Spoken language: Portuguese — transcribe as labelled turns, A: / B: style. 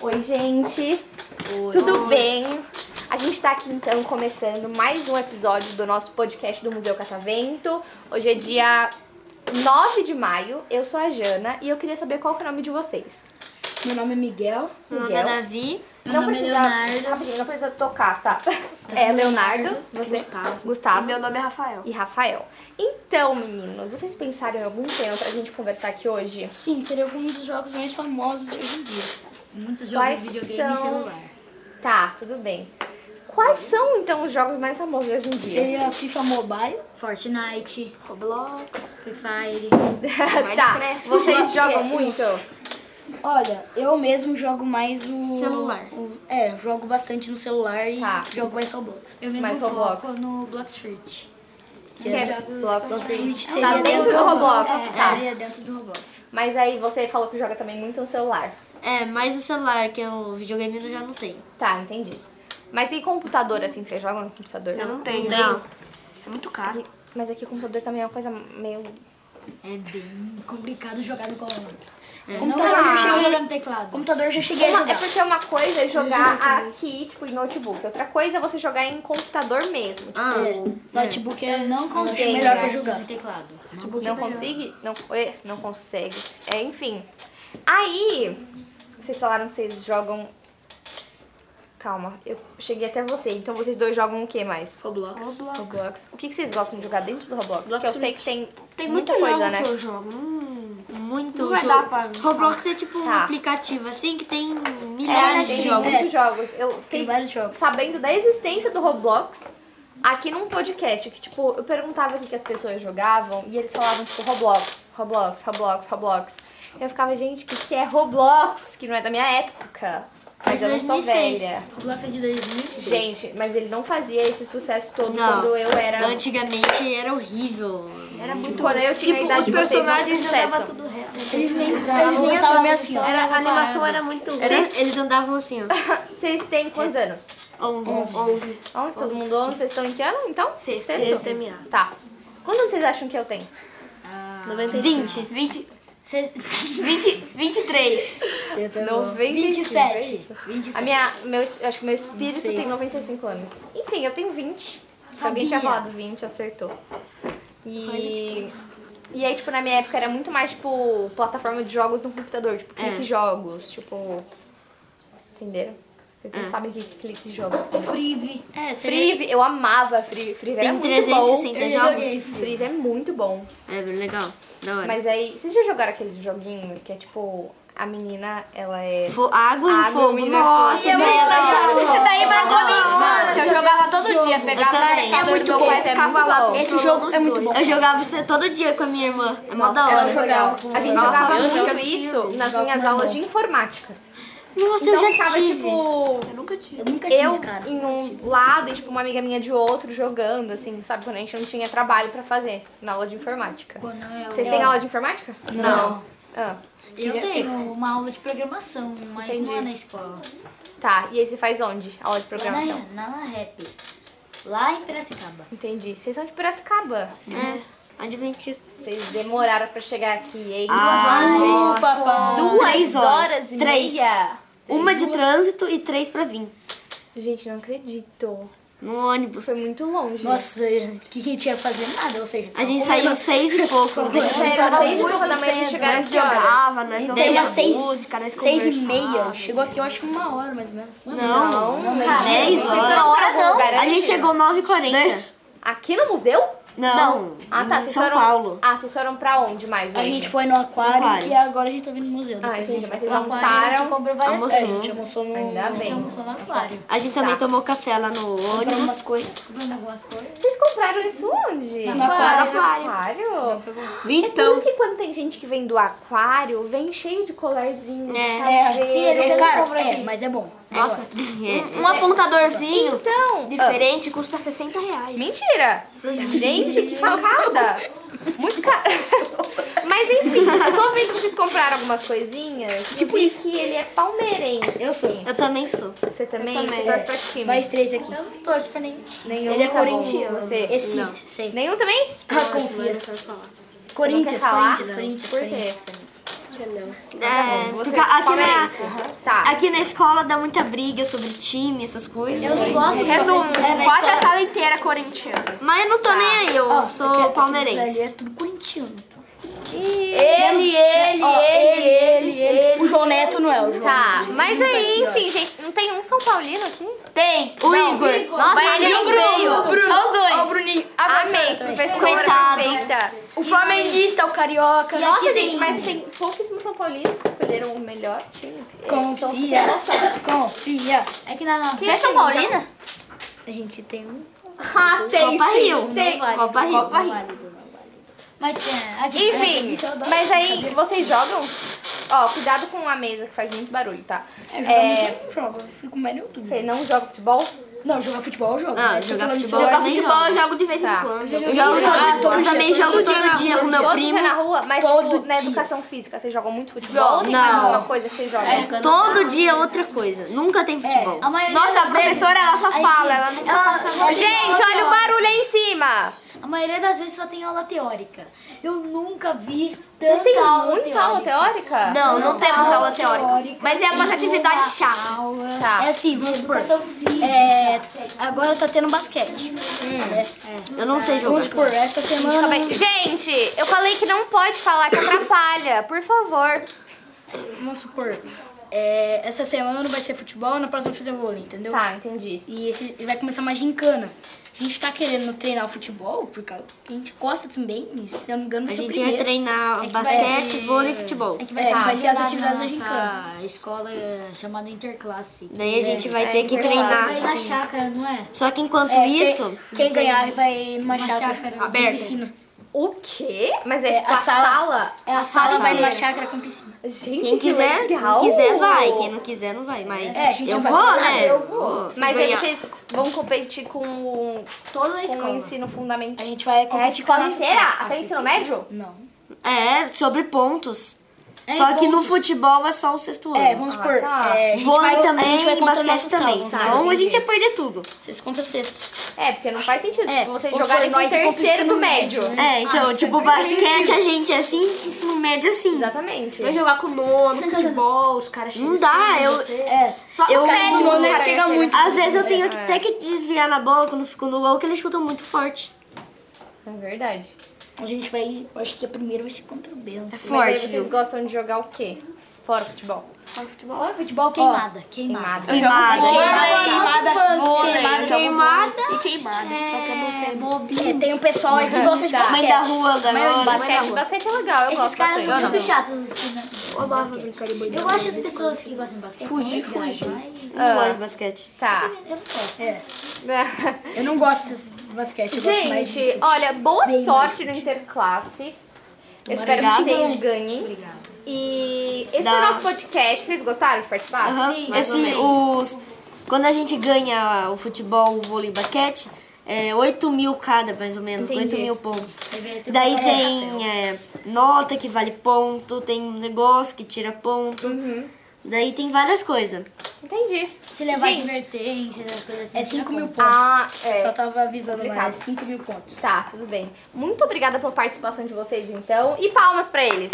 A: Oi, gente. Tudo bem? A gente tá aqui então começando mais um episódio do nosso podcast do Museu Catavento. Hoje é dia 9 de maio. Eu sou a Jana e eu queria saber qual que é o nome de vocês.
B: Meu nome é Miguel.
C: Meu nome é
A: Miguel.
C: Davi.
A: não precisa, rapidinho, não precisa tocar, tá? É Leonardo, você,
B: Gustavo.
A: Gustavo
C: Meu nome é Rafael.
A: e Rafael. Então, meninos, vocês pensaram em algum tema pra gente conversar aqui hoje?
B: Sim, seria um dos jogos mais famosos de hoje em dia.
C: Muitos
A: Quais são- Tá, tudo bem. Quais são então os jogos mais famosos hoje em dia?
B: Seria FIFA Mobile.
C: Fortnite,
B: Roblox.
C: Free Fire.
A: tá, vocês
B: Minecraft.
A: jogam muito? Tá
B: Olha, eu mesmo jogo mais o...
C: Celular.
B: o- é, jogo bastante no celular e
A: Tá.
B: jogo mais Roblox.
C: Eu
A: Mais
C: mesmo
A: Roblox.
C: foco no Block Street.
A: Que é Block Street.
B: Switch
A: Tá
B: seria
A: dentro do Roblox,
B: É,
A: tá.
B: Seria dentro do Roblox.
A: Mas aí você falou que joga também muito no celular.
C: É, mais o celular, que é o videogame eu já não tenho.
A: Tá, entendi. Mas e computador, assim, vocês jogam no computador? Ah,
C: tenho.
D: Então,
C: É muito caro.
A: Mas aqui o computador também é uma coisa meio...
C: É bem...
B: Complicado jogar no computador.
A: não,
B: Computador já
A: É. não.
B: cheguei...
C: no teclado.
B: Computador já cheguei a
A: Uma- é
B: jogar. Uhum.
A: porque uma coisa é jogar aqui, tipo, em notebook. Outra coisa é você jogar em computador mesmo. Tipo,
C: Ah,
B: É, Notebook é
D: Não consigo
A: Sim.
B: melhor pra
D: jogar
B: jogar.
D: no teclado. Tipo,
A: não consegue? Não, é, não consegue. É, enfim. Aí, vocês falaram que vocês jogam... Calma, eu cheguei até você. Então vocês dois jogam o que mais?
B: Roblox.
A: Roblox. O que, que vocês gostam de jogar dentro do Roblox?
B: Block
A: Porque eu sei
B: Switch.
A: que tem, tem muita coisa, né?
C: muito
B: Não vai
C: jogo.
B: dar pra-
C: Roblox é tipo um
A: Tá.
C: aplicativo, assim, que tem
A: É,
C: milhares
A: tem
C: de jogos.
A: muitos jogos. Eu fiquei
B: Tem vários jogos.
A: sabendo da existência do Roblox aqui num podcast. Que, tipo, eu perguntava o que, que as pessoas jogavam e eles falavam, tipo, Roblox, Roblox, Roblox, Roblox. Eu ficava, gente, o que, que é Roblox? Que não é da minha época. Mas eu não sou
C: 2006.
A: velha.
D: Bloco de 2006.
A: Gente, mas ele não fazia esse sucesso todo
C: Não.
A: quando eu era.
C: Antigamente era horrível.
A: Era muito Quando eu tinha a idade de vocês, não tinha sucesso.
B: Eles nem Eles nem estavam meio assim, ó.
D: a animação era muito...
C: Era- eles andavam assim, ó.
A: Vocês têm quantos anos?
C: 11. 11.
A: 11, todo mundo 11. Vocês estão em que ano, então?
C: Sexto.
A: Sexto.
C: Sexto.
A: Tá. Quantos anos vocês acham que eu tenho?
C: 20.
D: 20, 23.
B: Você pegou.
A: 95, é
D: 27.
A: isso? A minha, meu, eu acho que meu espírito tem 95 anos. Enfim, eu tenho 20. Se alguém tinha falado 20, acertou. E. E aí, tipo, na minha época era muito mais, tipo, plataforma de jogos no computador, tipo, clique jogos, tipo. Entenderam? Vocês não sabem o que é clique jogos. Né?
D: Prive.
B: É, seria
A: Free, eu amava Free, Free era
C: Tem
A: muito bom.
C: 360
B: Eu
C: jogos.
B: joguei.
A: Free é muito bom.
C: É bem legal. Da hora.
A: Mas aí, vocês já jogaram aquele joguinho que é tipo, a menina, ela é.
C: Fo- água
A: Água,
C: e fogo.
A: menina,
C: Nossa,
A: sim, é muito
C: velho.
A: legal.
D: Esse daí marcou minha infância. Eu jogava todo dia. Pegava
C: Eu também.
D: a
C: É
D: muito meu pai e ficava lá.
B: Esse jogo é muito bom.
C: Eu jogava isso todo dia com a minha irmã. É mó da
B: eu
C: hora.
B: jogava.
A: A gente
C: Nossa,
A: jogava
C: eu
A: muito
C: jogava
A: isso nas
B: jogava
A: minhas
B: com meu
A: aulas de informática.
C: Nossa,
A: Então
C: eu já
A: ficava,
C: tive. um.
A: tipo,
B: Eu nunca tive,
A: eu
B: cara.
A: em um lado e tipo uma amiga minha de outro jogando, assim, sabe? Quando a gente não tinha trabalho pra fazer na aula de informática.
D: Quando eu-
A: Vocês têm aula de informática?
C: Não.
A: Ah,
D: Eu tenho uma aula de programação, mas
A: Entendi.
D: não é na escola.
A: tá. E aí você faz onde? Aula de
D: Lá na,
A: programação.
D: na, na é rap. Lá em Piracicaba.
A: Entendi. Vocês são de Piracicaba.
C: É, adventista.
A: Vocês demoraram pra chegar aqui, hein?
C: Ah,
B: Papá.
C: Duas horas.
A: e
C: Três.
A: meia.
C: Uma de trânsito e três pra vir.
A: Gente, não acredito.
C: No ônibus.
A: Foi muito longe.
B: Nossa, o que, que a gente ia fazer? Nada, ou seja...
C: A gente saiu seis e pouco.
A: Sério, às seis e pouco da manhã vocês chegaram
C: né?
A: aqui, horas.
C: Então,
B: Seis a seis,
C: música, nós
B: seis e
C: conversava.
B: meia. Chegou aqui, eu acho que uma hora, mais ou menos.
C: Não.
A: Cara,
C: Dez
A: vocês
C: horas.
A: foram pra algum lugar
C: A gente
A: antes?
C: chegou 9h40.
A: Aqui no museu?
C: Não.
A: Ah, tá.
C: Em
A: Vocês
C: São
A: foram...
C: Paulo.
A: Ah, vocês foram pra onde mais?
B: A
A: hoje?
B: gente foi no aquário,
C: Aquário.
B: e agora a gente tá vindo no museu.
A: Ah,
B: Depois a
A: entendi.
B: gente
A: Mas vocês
D: Lá com a gente
A: almoçaram.
D: comprou várias
C: Almoço.
B: É, a
D: coisas.
B: gente almoçou no...
A: Ainda
D: A gente
A: bem.
D: almoçou no aquário.
C: A gente também
A: Tá.
C: tomou café lá no
B: comprou
C: ônibus.
B: umas coisas.
D: Comprando algumas coisas.
A: Vocês compraram isso onde?
B: No aquário.
A: No aquário? É por
C: Então,
A: isso que quando tem gente que vem do aquário, vem cheio de colarzinho, de
C: É.
A: chaveiro.
D: Sim, eles
B: é
D: não
B: caro,
D: compram
B: é,
D: aqui.
B: mas é bom.
C: Nossa, é.
D: Um apontadorzinho
A: Então, ah,
D: diferente custa 60 reais.
A: Mentira! Gente, que facada! Muito caro! Mas enfim, eu tô vendo que vocês compraram algumas coisinhas. Eu
B: Tipo
A: vi
B: isso.
A: que ele é palmeirense.
B: Eu sou.
C: Eu também sou.
A: Você também?
D: também.
A: Você torce pra que time?
B: Mais três aqui.
D: Eu não torço pra nenhum time.
A: Nenhum
B: Ele é
A: tá bom.
B: corintiano.
A: Você...
B: Esse,
C: Não.
B: sei.
A: Nenhum também?
B: Ah, confia.
A: Não quer
B: Corinthians,
A: falar?
B: Corinthians, Corinthians,
A: Por quê?
B: Corinthians.
C: É,
A: Você
C: porque aqui
A: palmeirense.
C: na,
A: Aham. Tá.
C: aqui na escola dá muita briga sobre time, essas coisas.
D: Eu não gosto de
A: Resumo,
D: professor, né?
A: quase a sala inteira corintiana.
C: Mas eu não tô nem aí, eu
B: Ó,
C: sou
B: aqui- aqui
C: palmeirense.
B: é tudo corintiano.
A: Ele, ele,
B: Ó,
A: ele, ele, ele.
B: O João Neto não é o João.
A: Tá, mas aí, enfim, gente, não tem um São Paulino aqui?
D: Tem.
C: O Igor.
A: Nossa,
D: Mas
A: ele é
D: ele é
A: um Bruno.
C: Só os dois.
A: Amei, professora
C: Coitado.
A: perfeita.
B: O flamenguista, o carioca.
A: Nossa, gente, mas tem pouquíssimos São Paulinos que escolheram o melhor time.
B: Confia,
A: tá
B: confia.
D: É que na nossa.
A: Você é São Paulina?
B: A gente tem um.
A: Ah, tem
C: Copa
A: sim,
C: Rio. né?
A: tem.
C: Copa Rio.
A: Copa Rio.
D: Mas tem. Aqui,
A: Enfim,
D: é
A: mas aí vocês jogam? Ó, cuidado com a mesa que faz muito barulho, tá?
B: É, jogar
A: É,
B: muito eu não jogo, eu fico mais no YouTube.
A: você não joga futebol?
B: Não, jogar futebol eu jogo.
C: Não,
B: mas tô
C: Ah, jogar
B: falando
C: futebol é
B: só-
C: eu também jogo.
A: jogo de vez em
C: quando. Eu jogo
B: jogo
C: todo-
B: todo
C: eu
B: dia,
C: também
B: todo
C: jogo todo dia com meu
A: Tá. Todo dia na
C: primo.
A: rua, mas
B: Todo
A: tipo, na
B: dia.
A: educação física, vocês jogam muito futebol? Ou Tem
C: Não.
A: mais alguma coisa que vocês jogam?
C: Todo dia é outra coisa. Nunca tem futebol.
D: A maioria
A: Nossa,
D: das
A: a professora, ela só
D: Aí,
A: fala, ela não
D: ela- ela-
A: Gente, olha o barulho aí em cima!
D: A maioria das vezes só tem aula teórica. Eu nunca vi tanta
A: Vocês têm
D: aula
A: muita
D: teórica.
A: aula teórica?
C: Não, não temos aula teórica.
A: Mas é umas atividades chatas.
D: Aula.
A: Tá.
B: É assim, vamos supor.
D: Educação física.
B: É, agora tá tendo basquete. né?
C: Eu não sei jogar.
B: Vamos supor, essa semana.
A: Acabei- Tá Gente, eu falei que não pode falar que atrapalha, por favor.
B: Vamos supor. é, essa semana vai ser futebol, na próxima vai ser vôlei, entendeu?
A: Tá, entendi.
B: E esse e vai começar uma gincana. A gente tá querendo treinar o futebol, porque a gente gosta também, e se eu não me engano,
C: A
B: vai ser o
C: gente ia
B: primeiro.
C: treinar
D: que vai
C: basquete,
D: ter-
C: vôlei e futebol.
D: É que
B: É,
D: vai, ter
B: vai
D: uma
B: ser as
D: nossa
B: atividades da gincana.
D: escola é, chamada Interclasse. que
C: Daí a gente vai
A: É,
C: ter que
A: intervalo.
D: Vai
C: treinar.
D: na chácara, não é?
C: Só que enquanto
B: É, quem-
C: isso,
B: Quem, ganhar vai numa
D: Uma
B: chácara,
D: chácara
B: com
C: aberta.
B: piscina.
A: O quê? Mas é,
B: É,
A: tipo a,
B: a sala-
A: sala?
B: É, a sala
C: sala.
B: vai numa chácara com piscina.
A: Gente,
C: quem
A: que
C: quiser, quem
A: legal.
C: quiser vai. Quem não quiser não vai. Mas
B: É, a gente
C: eu
B: vai
C: vou,
B: treinar,
C: né?
B: eu
C: vou. Se
A: Mas aí
C: ganhar.
A: vocês vão competir com, o-
D: Toda a
A: com o
D: escola.
A: ensino
B: A
A: fundamental.
B: gente vai
A: É a
B: competir com
A: escola
B: nossa
A: inteira?
B: sala,
A: Até
B: acho.
A: ensino médio?
B: Não.
C: É, sobre pontos.
D: É,
C: Só que no
D: pontos.
C: futebol é só o sexto ano.
B: É, vamos supor.
A: tá.
B: é, a gente
C: Vôlei
B: vai-
C: também,
B: a gente vai contra a
C: basquete
B: nossa sala,
C: também.
B: vamos
C: Senão
B: supor.
C: a gente ia perder tudo.
B: Sexto contra sexto.
A: É, porque não faz sentido
B: É,
A: tipo, vocês
B: ou se
A: jogarem
B: for
A: no
B: nós que compete
A: terceiro do
B: no
A: médio.
B: médio,
C: É, então, tipo, basquete a gente é assim, ensino médio é assim.
A: Exatamente.
E: jogar com o nome, futebol, os caras
C: Não dá, eu.
B: É.
C: Só eu,
A: Sério,
C: eu-
A: cara,
B: chega muito. É.
C: Às vezes eu tenho que- até que desviar na bola quando fico no gol, que eles chutam muito forte.
A: É verdade.
B: A gente vai. eu Acho que é a primeira vai ser contra o Belo.
C: É
A: Mas aí
C: forte,
A: vocês
C: viu?
A: gostam de jogar o quê? Fora futebol.
D: Olha, futebol queimada. queimada.
A: Queimada.
C: Queimada.
B: Queimada, queimada,
A: Queimada.
C: Queimada.
B: E queimada. É, tem um pessoal aí que gosta de
A: Tá.
B: basquete.
C: Mãe da rua,
A: Mas
C: galera. mãe da
A: basquete,
C: rua.
A: basquete é legal, eu
D: Esses
A: gosto
D: caras
A: bastante.
D: são muito
A: Eu não.
D: chatos. os que não- Eu gosto das pessoas que gostam de basquete. Fugir, fugir.
C: Eu não gosto de basquete.
A: Tá.
D: Eu não gosto.
B: Eu não gosto de basquete, eu gosto mais de.
A: Gente, olha, boa sorte no Interclasse. Eu espero que
C: Obrigada.
A: vocês ganhem. E esse
C: Da-
A: é o nosso podcast. Vocês gostaram de participar?
C: Aham.
A: mais ou
C: Esse,
A: menos.
C: os, quando a gente ganha o futebol, o vôlei e o basquete, é 8 mil cada, mais ou menos.
A: Entendi. É
C: 8 mil pontos.
D: Deve
A: um
D: ter
C: Daí
D: uma-
C: tem é, nota que vale ponto, tem um negócio que tira ponto.
A: Uhum.
C: Daí tem várias coisas.
A: Entendi.
D: Se levar
A: Gente.
D: advertências, as coisas assim.
B: É 5 mil pontos.
A: Ah, é.
B: Só tava avisando lá,
A: Complicado.
B: é 5 mil pontos.
A: Tá, tudo bem. Muito obrigada pela participação de vocês, então. E palmas pra eles.